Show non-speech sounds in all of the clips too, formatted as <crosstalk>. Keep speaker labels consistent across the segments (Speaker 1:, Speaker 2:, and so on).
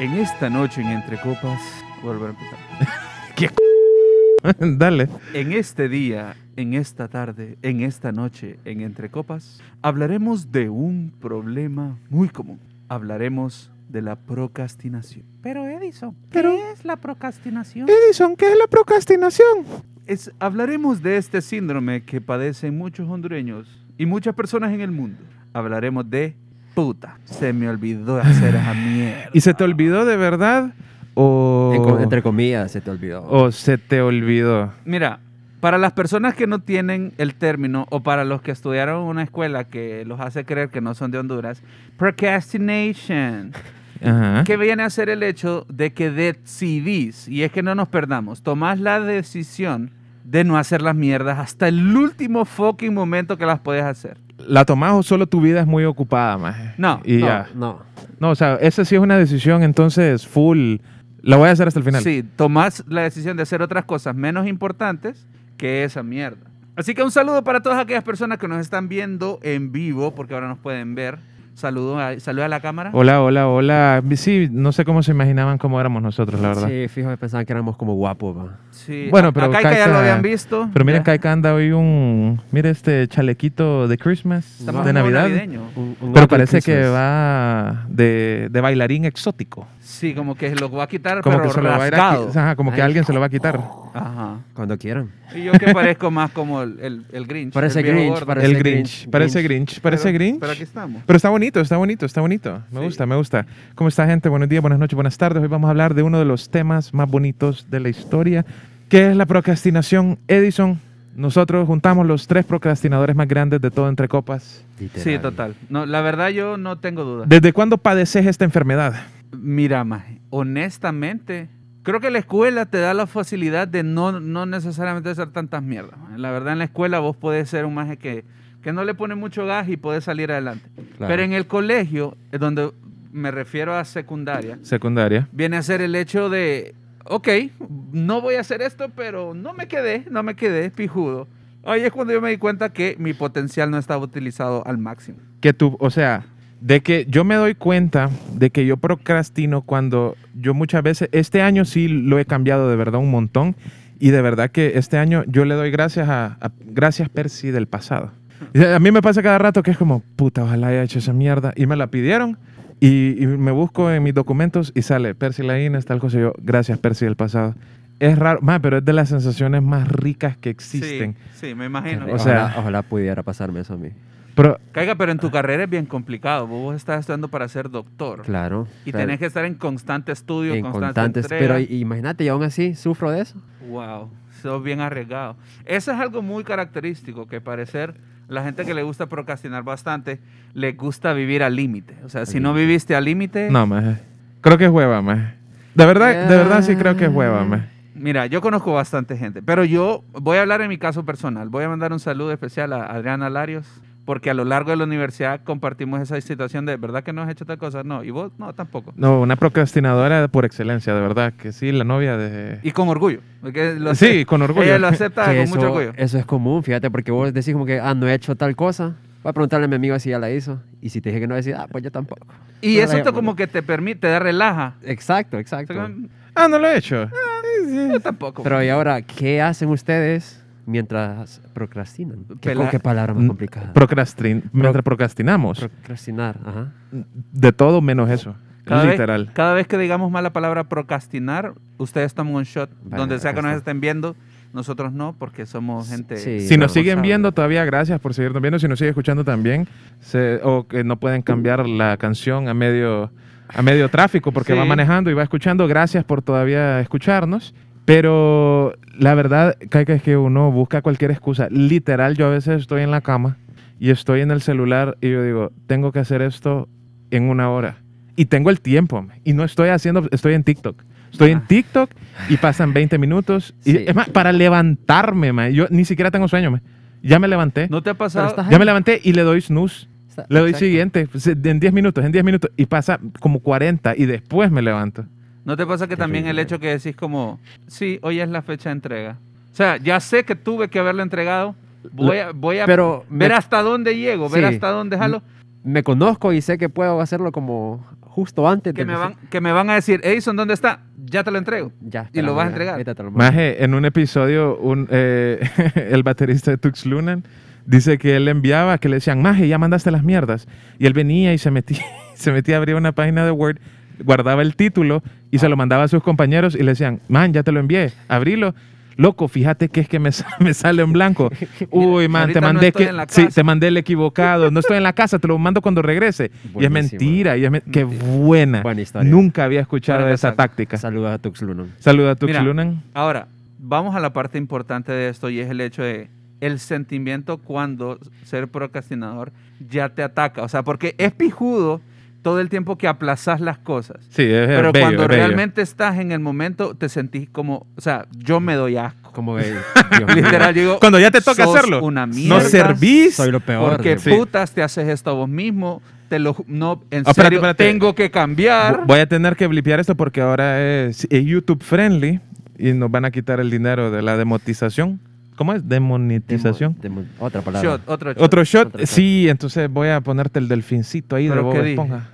Speaker 1: En esta noche en Entre Copas, voy a volver a empezar.
Speaker 2: <laughs> Dale.
Speaker 1: En este día, en esta tarde, en esta noche, en Entre Copas, hablaremos de un problema muy común. Hablaremos de la procrastinación.
Speaker 3: Pero Edison, ¿qué
Speaker 2: Pero-
Speaker 3: es la procrastinación?
Speaker 2: Edison, ¿qué es la procrastinación?
Speaker 1: Es, hablaremos de este síndrome que padecen muchos hondureños y muchas personas en el mundo. Hablaremos de puta. Se me olvidó hacer esa mierda.
Speaker 2: ¿Y se te olvidó de verdad o,
Speaker 4: En co- Entre comillas, se te olvidó.
Speaker 2: o se te olvidó?
Speaker 1: Mira, para las personas que no tienen el término o para los que estudiaron en una escuela que los hace creer que no son de Honduras, procrastination,
Speaker 2: Ajá.
Speaker 1: que viene a ser el hecho de que decidís, y es que no nos perdamos, tomás la decisión de no hacer las mierdas hasta el último fucking momento que las podés hacer.
Speaker 2: ¿La tomás o solo tu vida es muy ocupada, maje?
Speaker 1: No,
Speaker 2: Y
Speaker 4: no,
Speaker 2: ya.
Speaker 4: no.
Speaker 2: No, o sea, esa sí es una decisión, entonces, full. La voy a hacer hasta el final.
Speaker 1: Sí, tomás la decisión de hacer otras cosas menos importantes que esa mierda. Así que un saludo para todas aquellas personas que nos están viendo en vivo, porque ahora nos pueden ver. Saludo a, saluda a la cámara.
Speaker 2: Hola, hola, hola. Sí, no sé cómo se imaginaban cómo éramos nosotros, la verdad.
Speaker 4: Sí, fijo, me pensaban que éramos como guapos, va.
Speaker 1: Sí.
Speaker 2: Bueno,
Speaker 1: a-
Speaker 2: pero
Speaker 1: a Kaika ya
Speaker 2: Kaika-
Speaker 1: lo habían visto.
Speaker 2: Pero miren,
Speaker 1: Ya.
Speaker 2: Kaika anda hoy un... Mira este chalequito de Christmas,
Speaker 1: Estamos
Speaker 2: de
Speaker 1: en modo
Speaker 2: Navidad.
Speaker 1: navideño.
Speaker 4: Un- un
Speaker 2: Pero
Speaker 4: outfit
Speaker 2: parece que
Speaker 4: Christmas.
Speaker 2: va de, de bailarín exótico.
Speaker 1: Sí, como que lo va a quitar,
Speaker 2: Como
Speaker 1: pero
Speaker 2: que se lo va a ir a
Speaker 1: rasgado.
Speaker 2: qui- ajá, como que
Speaker 4: Ay.
Speaker 2: alguien se lo va a quitar.
Speaker 1: Ajá.
Speaker 4: Cuando quieran.
Speaker 1: Y yo que parezco más como el, el, el Grinch.
Speaker 4: Parece
Speaker 1: el viejo
Speaker 4: Grinch,
Speaker 1: gordo.
Speaker 4: parece-
Speaker 2: El
Speaker 4: Grinch,
Speaker 2: Grinch. Parece
Speaker 4: Grinch.
Speaker 2: Grinch. Parece
Speaker 1: Pero-
Speaker 2: Grinch.
Speaker 1: Pero aquí estamos.
Speaker 2: Pero está bonito, está bonito, está bonito. Me gusta, me gusta. ¿Cómo está gente? Buenos días, buenas noches, buenas tardes. Hoy vamos a hablar de uno de los temas más bonitos de la historia, que es la procrastinación. Edison, nosotros juntamos los tres procrastinadores más grandes de todo entre copas.
Speaker 1: Sí, total. No, la verdad yo no tengo duda.
Speaker 2: ¿Desde cuándo padeces esta enfermedad?
Speaker 1: Mira, maje, honestamente, creo que la escuela te da la facilidad de no, no necesariamente hacer tantas mierdas. maje. La verdad, en la escuela vos podés ser un maje que, que no le pone mucho gas y podés salir adelante. Pero en el colegio, es donde me refiero a secundaria,
Speaker 2: Secundaria.
Speaker 1: viene a ser el hecho de, ok, no voy a hacer esto, pero no me quedé, no me quedé, pijudo. Ahí es cuando yo me di cuenta que mi potencial no estaba utilizado al máximo.
Speaker 2: Que tú, o sea, de que yo me doy cuenta de que yo procrastino cuando yo muchas veces, este año sí lo he cambiado de verdad un montón y de verdad que este año yo le doy gracias a, a- gracias Percy del pasado. Y A mí me pasa cada rato que es como, puta, ojalá haya hecho esa mierda y me la pidieron. Y, y me busco en mis documentos y sale Percy Laínez, tal cosa. y Yo, gracias Percy del pasado. Es raro, más, pero es de las sensaciones más ricas que existen.
Speaker 1: Sí, sí, me
Speaker 4: Qué
Speaker 1: imagino.
Speaker 4: rico.
Speaker 2: O sea-
Speaker 4: ojalá, ojalá pudiera pasarme eso a mí.
Speaker 2: Pero
Speaker 1: Caiga, pero en tu carrera es bien complicado. Vos estás estudiando para ser doctor.
Speaker 4: Claro.
Speaker 1: Y
Speaker 4: claro.
Speaker 1: tenés que estar en constante estudio,
Speaker 4: en
Speaker 1: constante
Speaker 4: constantes.
Speaker 1: entrega.
Speaker 4: Pero i- imagínate, y aún así sufro de eso.
Speaker 1: Wow, sos bien arriesgado. Eso es algo muy característico, que parecer la gente que le gusta procrastinar bastante, le gusta vivir al límite. O sea, si no
Speaker 4: límite.
Speaker 1: viviste al límite...
Speaker 2: No, maje. Creo que es hueva, maje. De verdad, de verdad sí creo que es hueva, maje.
Speaker 1: Mira, yo conozco bastante gente, pero yo voy a hablar en mi caso personal. Voy a mandar un saludo especial a Adriana Larios, porque a lo largo de la universidad compartimos esa situación de, ¿verdad que no has hecho tal cosa? No, y vos no, tampoco.
Speaker 2: No, una procrastinadora por excelencia, de verdad. Que sí, la novia de...
Speaker 1: Y con orgullo. porque lo
Speaker 2: Sí, con orgullo.
Speaker 1: Ella lo acepta
Speaker 4: Que
Speaker 1: con
Speaker 4: eso,
Speaker 1: mucho orgullo.
Speaker 4: eso es común, fíjate, porque vos decís como que, ah, no he hecho tal cosa. Voy a preguntarle a mi amigo si ya la hizo. Y si te dije que no, decís, ah, pues yo tampoco.
Speaker 1: Y
Speaker 4: no
Speaker 1: eso
Speaker 4: la-
Speaker 1: te como que te permite, te da relaja.
Speaker 4: Exacto, exacto.
Speaker 2: Ah, no lo he hecho.
Speaker 1: Yo tampoco.
Speaker 4: Pero y ahora, ¿qué hacen ustedes mientras procrastinan? ¿Qué,
Speaker 1: Pela-
Speaker 4: qué palabra
Speaker 2: Mm,
Speaker 4: más complicada?
Speaker 2: Procrastin- mientras procrastinamos.
Speaker 4: Procrastinar, ajá.
Speaker 2: De todo menos eso.
Speaker 1: cada
Speaker 2: Literal.
Speaker 1: Vez, cada vez que digamos mal la palabra procrastinar, ustedes toman un shot.
Speaker 4: Vale,
Speaker 1: Donde sea que
Speaker 4: acá
Speaker 1: nos
Speaker 4: está.
Speaker 1: estén viendo, nosotros no, porque somos gente...
Speaker 4: sí.
Speaker 2: Si nos
Speaker 4: no,
Speaker 2: siguen
Speaker 1: sabe.
Speaker 2: viendo todavía, gracias por seguirnos viendo. Si nos siguen escuchando también, se- o que no pueden cambiar la canción a medio, a medio tráfico porque
Speaker 1: Sí.
Speaker 2: va manejando y va escuchando, gracias por todavía escucharnos. Pero la verdad, Kaika, es que uno busca cualquier excusa. Literal, yo a veces estoy en la cama y estoy en el celular y yo digo, tengo que hacer esto en una hora. Y tengo el tiempo. Y no estoy haciendo, estoy en TikTok. Estoy en
Speaker 1: Ah.
Speaker 2: TikTok y pasan 20 minutos. Y,
Speaker 4: Sí.
Speaker 2: Es más, para levantarme, ma, yo ni siquiera tengo sueño. ma. Ya me levanté.
Speaker 1: ¿No te ha pasado?
Speaker 4: estás-
Speaker 2: Ya me levanté y le doy snooze.
Speaker 4: Está-
Speaker 2: Le doy
Speaker 4: exacto.
Speaker 2: siguiente. pues, En 10 minutos, en 10 minutos. Y pasa como 40 y después me levanto.
Speaker 1: ¿No te pasa que también el
Speaker 4: Terrible.
Speaker 1: hecho que decís como, sí, hoy es la fecha de entrega? O sea, ya sé que tuve que haberlo entregado. Voy a, voy a
Speaker 4: Pero me,
Speaker 1: ver hasta dónde llego, ver
Speaker 4: Sí.
Speaker 1: hasta dónde jalo.
Speaker 4: me conozco y sé que puedo hacerlo como justo antes
Speaker 1: Que
Speaker 4: de
Speaker 1: me, van, que me van a decir, Edison, ¿dónde está? Ya te lo entrego.
Speaker 4: Ya,
Speaker 1: y lo
Speaker 4: espérame,
Speaker 1: vas a
Speaker 4: ya,
Speaker 1: entregar.
Speaker 4: ahorita te lo mando.
Speaker 2: Maje, en un episodio, un, eh, <laughs> el baterista de Tux Lunan dice que él enviaba, que le decían, Maje, ya mandaste las mierdas. Y él venía y se metía, <laughs> se metía abría una página de Word, guardaba el título y
Speaker 1: Ah.
Speaker 2: se lo mandaba a sus compañeros y le decían, man, ya te lo envié, abrilo. Loco, fíjate que es que me, <laughs> sa- me sale
Speaker 1: <laughs>
Speaker 2: en blanco. Uy, man,
Speaker 1: ahorita
Speaker 2: te
Speaker 1: no
Speaker 2: mandé,
Speaker 1: estoy
Speaker 2: que,
Speaker 1: en la
Speaker 2: sí,
Speaker 1: casa.
Speaker 2: te mandé el equivocado. No estoy en la casa, te lo mando cuando regrese. Y es
Speaker 4: Buenísimo.
Speaker 2: mentira, y es men- qué
Speaker 4: Mentira.
Speaker 2: buena.
Speaker 4: Buena historia.
Speaker 2: Nunca había escuchado
Speaker 1: Buena
Speaker 2: esa
Speaker 1: táctica.
Speaker 2: táctica.
Speaker 4: Saludos a Tuxlunon.
Speaker 2: Saluda a Tux
Speaker 1: Mira,
Speaker 2: Lunan.
Speaker 1: Ahora, vamos a la parte importante de esto y es el hecho de el sentimiento cuando ser procrastinador ya te ataca. O sea, porque es pijudo todo el tiempo que aplazas las cosas.
Speaker 2: Sí, es
Speaker 1: Pero
Speaker 2: es bello,
Speaker 1: cuando
Speaker 2: es bello.
Speaker 1: realmente estás en el momento, te sentís como, o sea, yo me doy asco.
Speaker 4: ¿Cómo veis?
Speaker 1: <laughs>
Speaker 4: Dios mío,
Speaker 1: Literal, yo digo,
Speaker 2: Cuando ya te toca
Speaker 1: "Sos
Speaker 2: hacerlo,
Speaker 1: una
Speaker 2: no
Speaker 1: mierda,
Speaker 2: servís.
Speaker 4: Soy lo peor.
Speaker 1: Porque
Speaker 4: Dios
Speaker 2: Sí.
Speaker 4: mío.
Speaker 1: putas te haces esto a vos mismo, te lo ju- no en
Speaker 2: Ah, espérate,
Speaker 1: serio
Speaker 2: espérate.
Speaker 1: tengo que cambiar.
Speaker 2: Vo- Voy a tener que blipear esto porque ahora es, es YouTube friendly y nos van a quitar el dinero de la demotización. ¿Cómo es? Demonetización.
Speaker 4: Demo- demo- otra palabra.
Speaker 1: Shot, otro shot.
Speaker 2: Otro shot.
Speaker 4: Otro shot.
Speaker 2: Sí, entonces voy a ponerte el delfincito ahí de
Speaker 1: ¿Pero
Speaker 2: Bob
Speaker 1: qué dije?
Speaker 2: Esponja.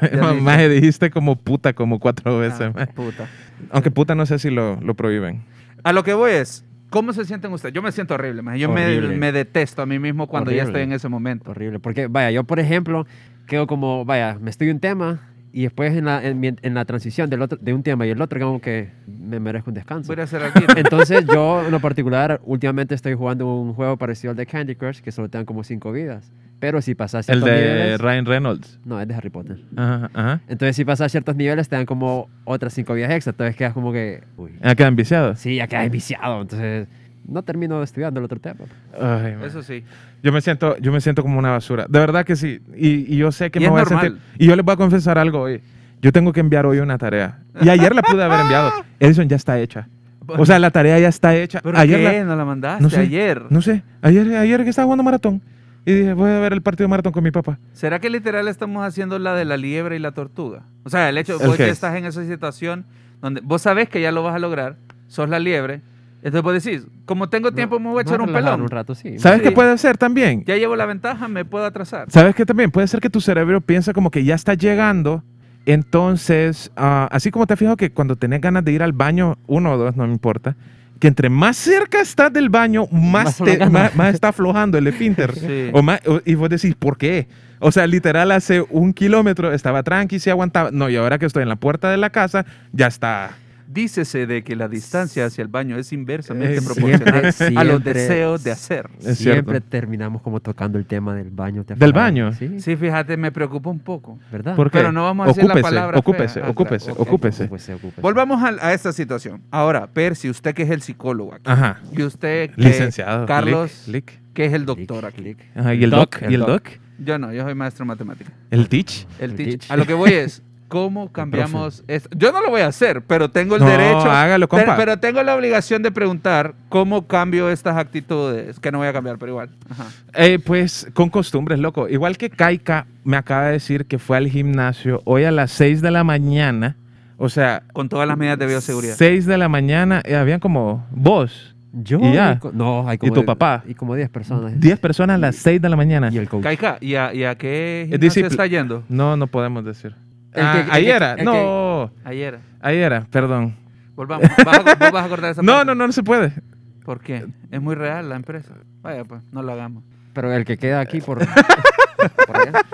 Speaker 2: <laughs>
Speaker 1: Ya dije.
Speaker 2: Más dijiste como puta como cuatro veces.
Speaker 1: Ah,
Speaker 2: maje.
Speaker 1: puta.
Speaker 2: Aunque puta no sé si lo, lo prohíben.
Speaker 1: A lo que voy es, ¿cómo se sienten ustedes? Yo me siento horrible, maje. yo me-
Speaker 4: Horrible.
Speaker 1: Me, detesto a mí mismo cuando ya
Speaker 4: Horrible.
Speaker 1: estoy en ese momento.
Speaker 4: Horrible. Porque, vaya, yo, por ejemplo, quedo como, vaya, me estoy un tema y después en la, en, mi- en la transición del otro, de un tema y el otro, como que me merezco un descanso.
Speaker 1: Voy a ir a hacer algo.
Speaker 4: <laughs> Entonces, yo, en lo particular, últimamente estoy jugando un juego parecido al de Candy Crush, que solo te dan como cinco vidas. Pero si pasas
Speaker 2: El
Speaker 4: ciertos
Speaker 2: de
Speaker 4: niveles...
Speaker 2: Ryan Reynolds.
Speaker 4: No, es de Harry Potter.
Speaker 2: Ajá, ajá.
Speaker 4: Entonces, si pasas ciertos niveles, te dan como otras cinco vidas extra. Entonces, quedas como que... Uy,
Speaker 2: Ah, quedan viciados.
Speaker 4: sí, ya quedas viciado. Entonces, no termino estudiando el otro tema.
Speaker 2: Ay, maje.
Speaker 1: Eso sí.
Speaker 2: Yo me siento, yo me siento como una basura. De verdad que sí. Y, y yo sé que
Speaker 1: Y
Speaker 2: me
Speaker 1: es
Speaker 2: voy a
Speaker 1: normal.
Speaker 2: sentir. Y yo les voy a confesar algo hoy. Yo tengo que enviar hoy una tarea. Y ayer la pude haber
Speaker 1: <laughs>
Speaker 2: enviado. Edison ya está hecha. O sea, la tarea ya está hecha.
Speaker 1: ¿Pero
Speaker 2: Ayer
Speaker 1: qué?
Speaker 2: la-
Speaker 1: ¿No la mandaste?
Speaker 2: no sé,
Speaker 1: Ayer.
Speaker 2: no sé. Ayer, ayer que estaba jugando maratón. Y dije, voy a ver el partido de maratón con mi papá.
Speaker 1: ¿Será que literal estamos haciendo la de la liebre y la tortuga? O sea, el hecho de
Speaker 2: ¿El
Speaker 1: vos
Speaker 2: qué?
Speaker 1: que estás en esa situación donde vos sabés que ya lo vas a lograr, sos la liebre, entonces vos decís, como tengo tiempo me voy a
Speaker 4: No,
Speaker 1: echar un
Speaker 4: relajar
Speaker 1: pelón.
Speaker 4: un rato, sí.
Speaker 2: ¿Sabes
Speaker 1: Sí.
Speaker 2: qué puede ser también?
Speaker 1: Ya llevo la ventaja, me puedo atrasar.
Speaker 2: ¿Sabes qué también? Puede ser que tu cerebro piensa como que ya está llegando. Entonces, ah, así como te fijo que cuando tenés ganas de ir al baño, uno o dos, no me importa, que entre más cerca estás del baño, más,
Speaker 4: Más son
Speaker 2: te-
Speaker 4: las ganas.
Speaker 2: más- más está aflojando el esfínter.
Speaker 1: <laughs> Sí.
Speaker 2: O más- o- y vos decís, ¿por qué? O sea, literal, hace un kilómetro estaba tranqui, se aguantaba. No, y ahora que estoy en la puerta de la casa, ya está.
Speaker 1: Dícese de que la distancia hacia el baño es inversamente
Speaker 2: Eh,
Speaker 1: proporcional
Speaker 4: siempre,
Speaker 1: a los
Speaker 4: siempre.
Speaker 1: deseos de hacer.
Speaker 2: Es
Speaker 4: Siempre
Speaker 2: cierto.
Speaker 4: terminamos como tocando el tema del baño. ¿te has
Speaker 2: ¿Del
Speaker 4: fijado?
Speaker 2: baño?
Speaker 4: Sí,
Speaker 1: Sí, fíjate, me preocupa un poco.
Speaker 4: ¿verdad?
Speaker 2: ¿Por qué?
Speaker 1: Ah, Pero no vamos a decir la
Speaker 2: ocúpese,
Speaker 1: palabra
Speaker 2: Ocúpese,
Speaker 1: fea. Ah,
Speaker 2: ocúpese,
Speaker 1: ok.
Speaker 2: ocúpese.
Speaker 4: Ocúpese, ocúpese.
Speaker 1: Volvamos a, a esta situación. Ahora, Percy, usted que es el psicólogo aquí.
Speaker 2: Ajá.
Speaker 1: Y usted, que-
Speaker 2: Ah. Licenciado.
Speaker 1: Eh, Carlos,
Speaker 2: Lic, lic.
Speaker 1: que es el
Speaker 4: Clic,
Speaker 1: doctor aquí.
Speaker 4: clic.
Speaker 2: Ajá, Ah, ¿Y el doc? ¿Y el doc?
Speaker 1: Yo no, yo soy maestro de matemáticas.
Speaker 2: ¿El teach?
Speaker 1: El
Speaker 4: El
Speaker 1: teach.
Speaker 4: teach.
Speaker 1: A lo que voy
Speaker 2: <laughs>
Speaker 1: es, ¿cómo cambiamos esto? Yo no lo voy a hacer, pero tengo el
Speaker 2: No,
Speaker 1: derecho.
Speaker 2: hágalo,
Speaker 1: te-
Speaker 2: compa.
Speaker 1: Pero tengo la obligación de preguntar cómo cambio estas actitudes, que no voy a cambiar, pero igual. Ajá.
Speaker 2: Eh, pues con costumbres, loco. Igual que Kaika me acaba de decir que fue al gimnasio hoy a las 6 de la mañana. O sea,
Speaker 1: Con todas las medidas de bioseguridad.
Speaker 2: 6 de la mañana eh, habían como vos,
Speaker 4: Yo.
Speaker 2: Y ya.
Speaker 4: co- No, hay
Speaker 2: Y
Speaker 4: como.
Speaker 2: tu
Speaker 4: de-
Speaker 2: papá.
Speaker 4: Y como 10 personas.
Speaker 2: 10 personas a las 6 de la mañana.
Speaker 4: Y el coach.
Speaker 1: Caica, ¿y a, y a qué
Speaker 2: Es
Speaker 1: gimnasio
Speaker 2: discipli-
Speaker 1: está yendo?
Speaker 2: No, no podemos decir.
Speaker 4: El
Speaker 2: Ah,
Speaker 4: que-
Speaker 2: ahí
Speaker 4: el que-
Speaker 2: era,
Speaker 4: el
Speaker 2: no,
Speaker 1: Ayer.
Speaker 2: ahí era, perdón.
Speaker 1: Volvamos. <laughs> Vas a, vos vas a acordar esa
Speaker 2: No,
Speaker 1: parte.
Speaker 2: no, no, no se puede.
Speaker 1: ¿Por qué? Es muy real la empresa. Vaya, pues, no lo hagamos.
Speaker 4: Pero el que queda
Speaker 1: <laughs>
Speaker 4: aquí por. por allá.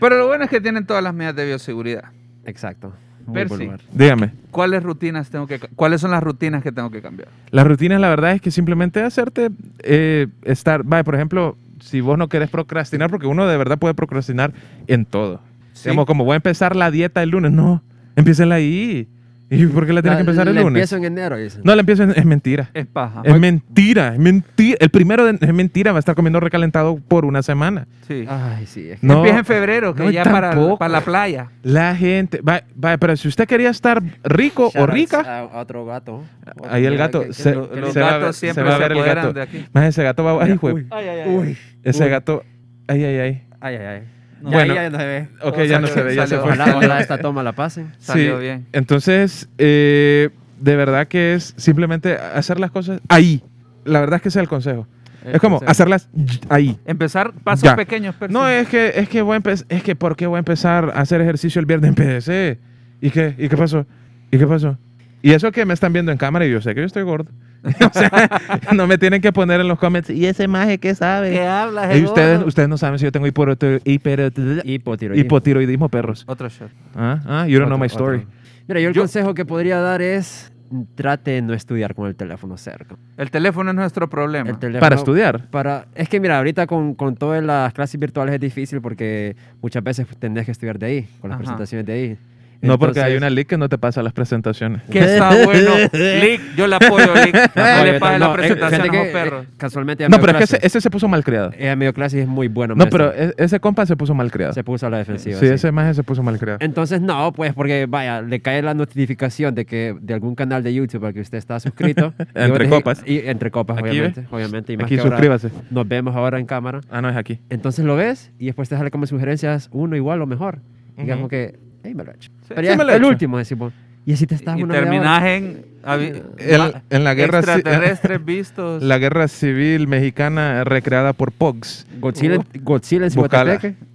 Speaker 1: Pero lo bueno es que tienen todas las medidas de bioseguridad.
Speaker 4: Exacto. Muy
Speaker 1: Percy.
Speaker 4: vulgar.
Speaker 2: Dígame.
Speaker 1: ¿Cuáles rutinas tengo que ca- ¿Cuáles son las rutinas que tengo que cambiar?
Speaker 2: Las rutinas, la verdad es que simplemente hacerte eh, estar, vaya, por ejemplo, si vos no querés procrastinar, porque uno de verdad puede procrastinar en todo.
Speaker 1: Sí.
Speaker 2: Digamos, como voy a empezar la dieta el lunes, no, empiécenla ahí. ¿Y por qué la tienes que empezar el
Speaker 4: La- la
Speaker 2: lunes?
Speaker 4: Empiezo en enero. dicen.
Speaker 2: No, la empiezo en, es mentira.
Speaker 1: Es paja.
Speaker 2: Es mentira, es mentira. El primero de- es mentira, va a estar comiendo recalentado por una semana.
Speaker 1: Sí.
Speaker 4: Ay, sí. es que-
Speaker 1: Ah,
Speaker 2: No.
Speaker 1: Empieza Pues en febrero, que
Speaker 2: No,
Speaker 1: ya para,
Speaker 2: tampoco.
Speaker 1: para la playa.
Speaker 2: La gente, va, va, pero si usted quería estar rico o
Speaker 4: Shoutouts Ah.
Speaker 2: rica,
Speaker 4: A a otro gato.
Speaker 2: ahí el gato
Speaker 4: Que-
Speaker 2: se,
Speaker 4: que-
Speaker 1: lo- los
Speaker 2: se va a
Speaker 1: gatos
Speaker 2: ver, se
Speaker 1: siempre
Speaker 2: va a
Speaker 1: se
Speaker 2: ver el
Speaker 1: apoderan
Speaker 2: gato.
Speaker 1: de aquí.
Speaker 2: Más ese gato va, ay, jue-
Speaker 1: Ay, ay, ay.
Speaker 4: pues. Uy.
Speaker 2: ese
Speaker 4: Uy.
Speaker 2: gato, ay, ay, ay.
Speaker 4: Ay, ay, ay.
Speaker 1: No.
Speaker 4: Ya,
Speaker 2: Bueno.
Speaker 4: ya no se ve.
Speaker 2: Ok,
Speaker 1: Todo
Speaker 2: ya
Speaker 1: salió
Speaker 2: no se
Speaker 1: bien,
Speaker 2: ve, ya se
Speaker 1: salió
Speaker 2: fue.
Speaker 1: bien.
Speaker 4: Ojalá, ojalá esta toma la pasen.
Speaker 1: Salió bien.
Speaker 2: Entonces, eh, de verdad que es simplemente hacer las cosas ahí. La verdad es que ese es el consejo. Es como
Speaker 4: Entonces-
Speaker 2: hacerlas ahí.
Speaker 1: Empezar pasos
Speaker 2: Ya.
Speaker 1: pequeños. pero
Speaker 2: No,
Speaker 1: sí.
Speaker 2: es que, es que voy a empezar, es que ¿por qué voy a empezar a hacer ejercicio el viernes en PDC? ¿Y qué? ¿Y qué pasó? ¿Y qué pasó? Y eso que me están viendo en cámara y yo sé que yo estoy gordo. <laughs> o sea, <laughs> no me tienen que poner en los comments. ¿Y ese maje qué sabe?
Speaker 1: hablas?
Speaker 2: Y ustedes, ustedes no saben si yo tengo hipotiroidismo,
Speaker 4: Hipotiroidismo.
Speaker 2: hipotiroidismo perros.
Speaker 1: Otro shot.
Speaker 2: Ah, ah, you don't know
Speaker 4: Otro-
Speaker 2: my story.
Speaker 4: otro. Mira, yo el
Speaker 1: Yo-
Speaker 4: consejo que podría dar es mm, trate de no estudiar con el teléfono cerca.
Speaker 1: El teléfono es nuestro problema.
Speaker 4: El teléfono-
Speaker 2: Para estudiar.
Speaker 4: Para, es que mira, ahorita con, con todas las clases virtuales es difícil porque muchas veces tendrías que estudiar de ahí, con las
Speaker 1: Ajá.
Speaker 4: presentaciones de ahí.
Speaker 2: No, porque hay
Speaker 4: Entonces-
Speaker 2: una leak que no te pasa las presentaciones. <laughs>
Speaker 1: que está bueno. Lick, yo la apoyo, Lick. No
Speaker 4: No,
Speaker 1: le
Speaker 4: yo-
Speaker 1: pases
Speaker 4: no,
Speaker 1: la
Speaker 4: eh,
Speaker 1: presentación
Speaker 4: fíjate
Speaker 1: a los
Speaker 4: que,
Speaker 1: perros.
Speaker 4: eh, Casualmente
Speaker 2: No, pero es que ese, ese se puso mal creado.
Speaker 4: Ella medio clase y es muy bueno. pues, eh,
Speaker 2: No, pero e- ese compa se puso mal creado.
Speaker 4: Se puso a la defensiva.
Speaker 2: sí,
Speaker 4: sí.
Speaker 2: ese maje se puso mal creado.
Speaker 4: Entonces, no, pues porque, vaya, le cae la notificación de que de algún canal de YouTube al que usted
Speaker 2: <laughs>
Speaker 4: está suscrito. Y
Speaker 2: Entre
Speaker 4: vos decís-
Speaker 2: copas.
Speaker 4: Y, entre copas,
Speaker 2: Aquí,
Speaker 4: obviamente. obviamente y más
Speaker 2: Aquí
Speaker 4: que ahora
Speaker 2: suscríbase.
Speaker 4: nos vemos ahora en cámara.
Speaker 2: Ah, no es aquí.
Speaker 4: Entonces lo ves y después te sale como sugerencias uno igual o mejor.
Speaker 2: Ujú.
Speaker 4: Digamos que, hey, me lo he hecho.
Speaker 1: Sí,
Speaker 4: pero
Speaker 1: sí
Speaker 4: ya
Speaker 1: me lo he
Speaker 4: el
Speaker 1: hecho.
Speaker 4: último, decimos. Y así te estás
Speaker 1: Y
Speaker 4: una media hora.
Speaker 1: terminás en... avi-
Speaker 2: El-
Speaker 4: Ah,
Speaker 1: ma-
Speaker 2: en la guerra ci-
Speaker 1: Extraterrestres
Speaker 2: <laughs>
Speaker 1: vistos.
Speaker 2: La guerra civil mexicana recreada por Uh. Pogs.
Speaker 4: Godzilla, Godzilla en
Speaker 2: Bocala.
Speaker 4: Cihuatepeque.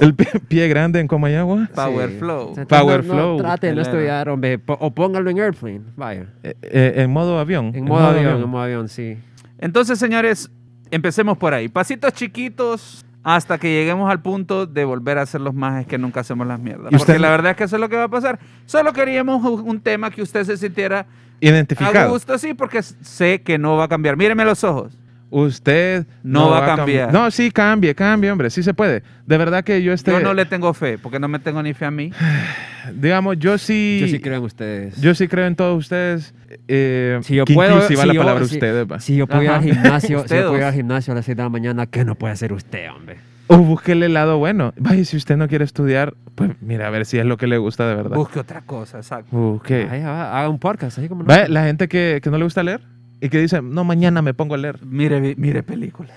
Speaker 2: El pie, pie grande en Comayagua.
Speaker 1: Power
Speaker 4: Sí.
Speaker 1: Flow.
Speaker 4: O sea,
Speaker 2: Power
Speaker 4: no- no
Speaker 2: Flow.
Speaker 4: trate de no
Speaker 1: Elena.
Speaker 4: estudiar, hombre. po- o póngalo en airplane. Vaya.
Speaker 2: Eh, eh, en modo avión.
Speaker 4: En modo avión, en modo avión, sí.
Speaker 1: Entonces, señores, empecemos por ahí. Pasitos chiquitos hasta que lleguemos al punto de volver a hacer los majes que nunca hacemos las mierdas.
Speaker 2: Y usted-
Speaker 1: Porque la verdad es que eso es lo que va a pasar. Solo queríamos un un tema que usted se sintiera a
Speaker 2: Identificado.
Speaker 1: gusto, sí, porque s- sé que no va a cambiar. Míreme los ojos.
Speaker 2: Usted
Speaker 1: No va a cambiar.
Speaker 2: cambi- No, sí, cambie, cambie, hombre. Sí se puede. De verdad que yo este.
Speaker 1: Yo no le tengo fe, porque no me tengo ni fe a
Speaker 2: <sighs>
Speaker 1: mí.
Speaker 2: Digamos, yo sí.
Speaker 4: Yo sí creo en ustedes.
Speaker 2: yo sí creo en todos ustedes. Eh,
Speaker 4: Si yo
Speaker 2: que
Speaker 4: puedo-
Speaker 2: inclusiva
Speaker 4: si
Speaker 2: la
Speaker 4: yo-
Speaker 2: palabra
Speaker 4: si-
Speaker 2: ustedes. va.
Speaker 4: si yo puedo ir al
Speaker 1: Ajá. <laughs>
Speaker 4: gimnasio, si yo
Speaker 1: Ustedes.
Speaker 4: puedo ir al gimnasio a las 6 de la mañana, ¿qué no puede hacer usted, hombre?
Speaker 2: O búsquele el lado bueno. Vaya, si usted no quiere estudiar, pues mira, a ver si es lo que le gusta de verdad.
Speaker 1: Busque otra cosa, exacto.
Speaker 2: Busque.
Speaker 4: Ahí va, haga un podcast, así como no.
Speaker 2: Vaya, la gente que, que no le gusta leer y que dice, no, mañana me pongo a leer. <laughs>
Speaker 1: Mire, vi- mire películas.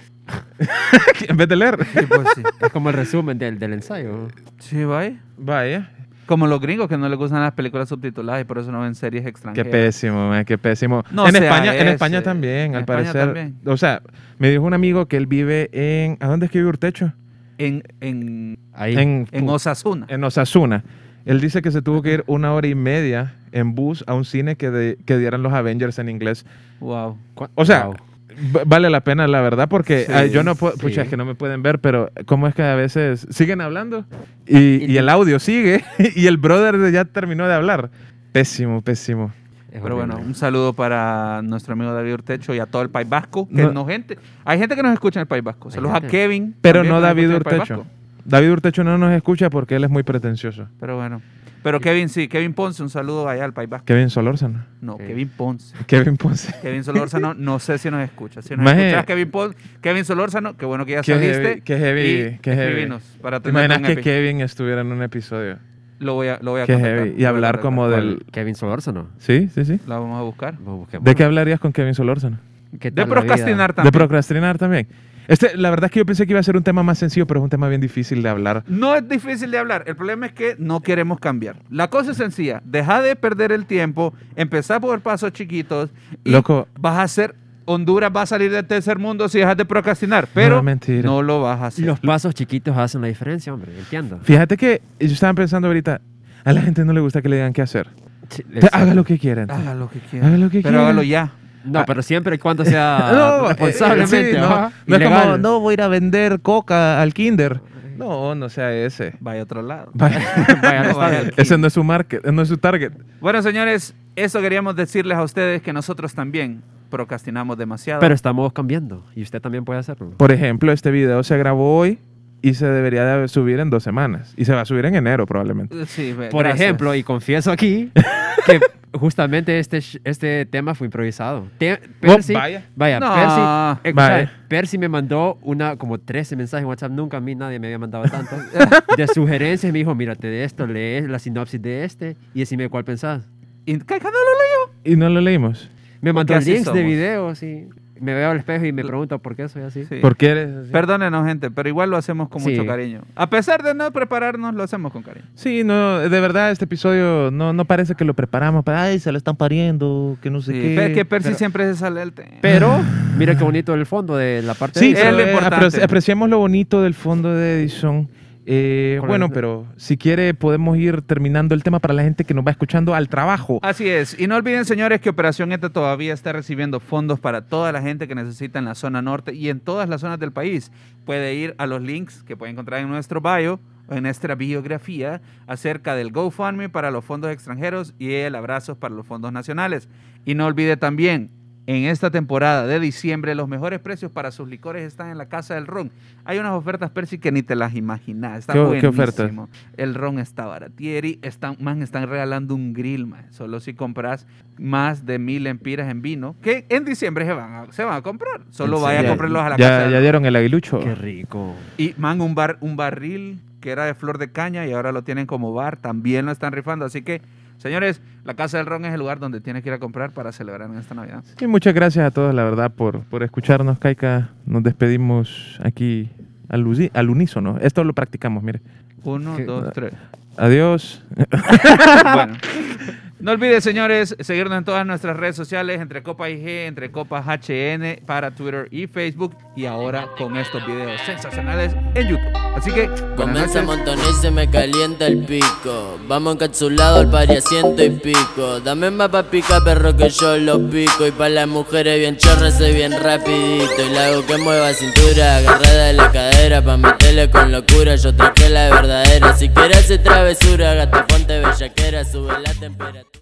Speaker 2: en vez de leer.
Speaker 1: Sí, pues
Speaker 2: <laughs>
Speaker 1: sí.
Speaker 4: Es como el resumen del, del ensayo.
Speaker 1: Sí, vaya.
Speaker 2: Vaya.
Speaker 1: Como los gringos que no les gustan las películas subtituladas y por eso no ven series
Speaker 2: Qué
Speaker 1: extranjeras.
Speaker 2: pésimo, man, qué pésimo.
Speaker 1: No
Speaker 2: en
Speaker 1: sea
Speaker 2: España, en
Speaker 1: ese.
Speaker 2: España también,
Speaker 1: En
Speaker 2: al
Speaker 1: España
Speaker 2: parecer.
Speaker 1: también.
Speaker 2: O sea, me dijo un amigo que él vive en ¿A dónde es que vive Urtecho?
Speaker 1: En, en,
Speaker 4: Ahí.
Speaker 2: En
Speaker 1: en Osasuna.
Speaker 2: en Osasuna. Él dice que se tuvo que ir una hora y media en bus a un cine que, de- que dieran los Avengers en inglés.
Speaker 1: Wow.
Speaker 4: Cu-
Speaker 2: o sea,
Speaker 4: Wow.
Speaker 2: Va- Vale la pena, la verdad, porque
Speaker 1: Sí,
Speaker 2: ah, yo no puedo,
Speaker 4: sí.
Speaker 2: pucha, es que no me pueden ver, pero cómo es que a veces siguen hablando y, y el audio sigue <laughs> y el brother ya terminó de hablar. Pésimo, pésimo.
Speaker 4: Es
Speaker 1: Pero
Speaker 4: horrible.
Speaker 1: bueno, un saludo para nuestro amigo David Urtecho y a todo el País Vasco. Que
Speaker 2: No.
Speaker 1: no. gente, hay gente que nos escucha en el País Vasco.
Speaker 4: Hay
Speaker 1: Saludos a
Speaker 4: gente.
Speaker 1: Kevin.
Speaker 2: Pero
Speaker 1: también
Speaker 2: no
Speaker 1: que nos
Speaker 2: David
Speaker 1: escucha en el País
Speaker 2: Urtecho.
Speaker 1: Vasco.
Speaker 2: David Urtecho no nos escucha porque él es muy pretencioso.
Speaker 1: Pero bueno. Pero Kevin sí, Kevin Ponce, un saludo allá al País Vasco.
Speaker 2: Kevin Solórzano. <laughs>
Speaker 1: No,
Speaker 4: Sí.
Speaker 1: Kevin Ponce.
Speaker 2: Kevin Ponce.
Speaker 1: Kevin
Speaker 2: <laughs>
Speaker 1: Solórzano, no sé si nos escucha. Si nos
Speaker 2: Maje.
Speaker 1: escuchas, Kevin Ponce, Kevin Solórzano, qué bueno que ya
Speaker 2: Qué
Speaker 1: saliste.
Speaker 2: heavy, qué heavy,
Speaker 1: y
Speaker 2: qué heavy.
Speaker 1: escribinos para
Speaker 2: ¿Te
Speaker 1: tener
Speaker 2: imaginas
Speaker 1: un
Speaker 2: que
Speaker 1: epi.
Speaker 2: Kevin estuviera en un episodio?
Speaker 1: Lo voy a, lo voy a
Speaker 2: Qué
Speaker 1: contactar,
Speaker 2: heavy.
Speaker 1: lo voy
Speaker 2: Y
Speaker 1: a
Speaker 2: hablar como
Speaker 1: contactar.
Speaker 2: del...
Speaker 4: Kevin Solórzano.
Speaker 2: Sí, sí, sí.
Speaker 1: La vamos a buscar.
Speaker 4: Vamos, busquemos.
Speaker 2: ¿De qué hablarías con Kevin Solórzano?
Speaker 4: ¿Qué
Speaker 1: De
Speaker 4: tal la vida?
Speaker 1: procrastinar
Speaker 2: De
Speaker 1: también.
Speaker 2: procrastinar también. Este, la verdad es que yo pensé que iba a ser un tema más sencillo, pero es un tema bien difícil de hablar.
Speaker 1: No es difícil de hablar. El problema es que no queremos cambiar. La cosa es sencilla. Deja de perder el tiempo. Empezá por pasos chiquitos. Y
Speaker 2: Loco.
Speaker 1: Vas a hacer. Honduras va a salir del tercer mundo si dejas de procrastinar. Pero
Speaker 2: No, mentira.
Speaker 1: no lo vas a hacer.
Speaker 4: Los pasos chiquitos hacen la diferencia, hombre. Entiendo.
Speaker 2: Fíjate que yo estaba pensando ahorita, a la gente no le gusta que le digan qué hacer.
Speaker 4: Sí,
Speaker 2: O sea,
Speaker 4: exacto.
Speaker 2: Haga lo que
Speaker 1: <laughs>
Speaker 2: quieran.
Speaker 1: Haga lo que quieras.
Speaker 2: Haga lo que
Speaker 1: pero
Speaker 2: quiera.
Speaker 1: hágalo ya.
Speaker 4: No, pero siempre y cuando sea
Speaker 2: <laughs> No,
Speaker 4: responsablemente.
Speaker 2: eh, sí, no,
Speaker 4: ajá,
Speaker 2: no es
Speaker 4: ilegal.
Speaker 2: como, no voy a ir a vender coca al kinder. No, no sea
Speaker 1: <laughs>
Speaker 2: ese.
Speaker 1: Vaya a otro lado.
Speaker 2: Vaya.
Speaker 4: Vaya, no
Speaker 1: No vaya
Speaker 4: está-
Speaker 1: al
Speaker 2: ese no es su market, no es su target.
Speaker 1: Bueno, señores, eso queríamos decirles a ustedes que nosotros también procrastinamos demasiado.
Speaker 4: Pero estamos cambiando y usted también puede hacerlo.
Speaker 2: Por ejemplo, este video se grabó hoy y se debería de subir en dos semanas. Y se va a subir en enero probablemente.
Speaker 1: Sí, ve-
Speaker 4: Por
Speaker 1: gracias.
Speaker 4: ejemplo, y confieso <laughs> aquí que justamente este, sh- este tema fue improvisado. Te- Percy,
Speaker 2: vaya.
Speaker 4: vaya.
Speaker 1: No.
Speaker 4: Percy,
Speaker 2: Vaya.
Speaker 4: eh, o sea, Percy me mandó una como 13 mensajes en WhatsApp, nunca a mí nadie me había mandado <laughs> tanto. de sugerencias, me dijo, mírate de esto, lee la sinopsis de este y decime cuál pensás.
Speaker 1: Y- ¿Qué? ¿No lo leyó?
Speaker 2: Y no lo leímos.
Speaker 4: Me mandó
Speaker 1: Porque así
Speaker 4: links de
Speaker 1: somos.
Speaker 4: videos y me veo al espejo y me pregunto por qué soy así.
Speaker 1: Sí.
Speaker 2: ¿Por qué eres así?
Speaker 1: Perdónenos, gente, pero igual lo hacemos con
Speaker 4: Sí.
Speaker 1: mucho cariño. A pesar de no prepararnos, lo hacemos con cariño.
Speaker 2: Sí, no, de verdad este episodio no, no parece que lo preparamos para, ay, se lo están pariendo, que no sé
Speaker 1: Sí,
Speaker 2: qué.
Speaker 1: pero es que Percy
Speaker 2: Pero-
Speaker 4: <laughs>
Speaker 1: siempre se sale el tema.
Speaker 4: Pero Mira qué bonito el fondo de la parte
Speaker 2: Sí,
Speaker 1: Es
Speaker 4: de Edison.
Speaker 2: pero,
Speaker 1: lo
Speaker 2: eh,
Speaker 1: importante.
Speaker 2: apre- apreciamos lo bonito del fondo de Edison. Eh,
Speaker 4: Con
Speaker 2: bueno,
Speaker 4: el-
Speaker 2: pero si quiere podemos ir terminando el tema para la gente que nos va escuchando al trabajo.
Speaker 1: Así es. Y no olviden, señores, que Operación ETA todavía está recibiendo fondos para toda la gente que necesita en la zona norte y en todas las zonas del país. Puede ir a los links que puede encontrar en nuestro bio, en nuestra biografía, acerca del GoFundMe para los fondos extranjeros y el abrazo para los fondos nacionales. Y no olvide también, en esta temporada de diciembre, los mejores precios para sus licores están en la Casa del Ron. Hay unas ofertas, Percy, que ni te las imaginas. Está
Speaker 2: ¿Qué-
Speaker 1: buenísimo.
Speaker 2: qué oferta?
Speaker 1: El ron está baratieri. Están, man, están regalando un grill, man. Solo si compras más de mil empiras en vino, que en diciembre se van a, se van a comprar. Solo
Speaker 4: Sí,
Speaker 1: vaya a
Speaker 4: ya-
Speaker 1: comprarlos a la Casa
Speaker 2: Ya,
Speaker 1: del
Speaker 2: ya
Speaker 1: Ron.
Speaker 2: dieron el aguilucho.
Speaker 4: Qué rico.
Speaker 1: Y man, un, bar, un barril que era de flor de caña y ahora lo tienen como bar, también lo están rifando. Así que, señores, la Casa del Ron es el lugar donde tienes que ir a comprar para celebrar en esta Navidad.
Speaker 2: Y muchas gracias a todos, la verdad, por, por escucharnos, Kaika. Nos despedimos aquí al, usi- al unísono. Esto lo practicamos, mire.
Speaker 1: Uno,
Speaker 4: Qué-
Speaker 1: dos, tres.
Speaker 2: Adiós.
Speaker 1: Bueno. No olvides, señores, seguirnos en todas nuestras redes sociales, entre Copa IG, entre Copa HN, para Twitter y Facebook, y ahora con estos videos sensacionales en YouTube. Así que, buenas
Speaker 5: Comienza a
Speaker 1: noches.
Speaker 5: montonar y se me calienta el pico. Vamos encapsulado al pari a ciento y pico. Dame más pa' pica, perro, que yo lo pico. Y pa' las mujeres bien chorras, soy bien rapidito. Y la hago que mueva cintura, agarrada de la cadera. Pa' meterle con locura, yo traje la verdadera. Si quieres hacer travesura, gata, ponte bellaquera, sube la temperatura.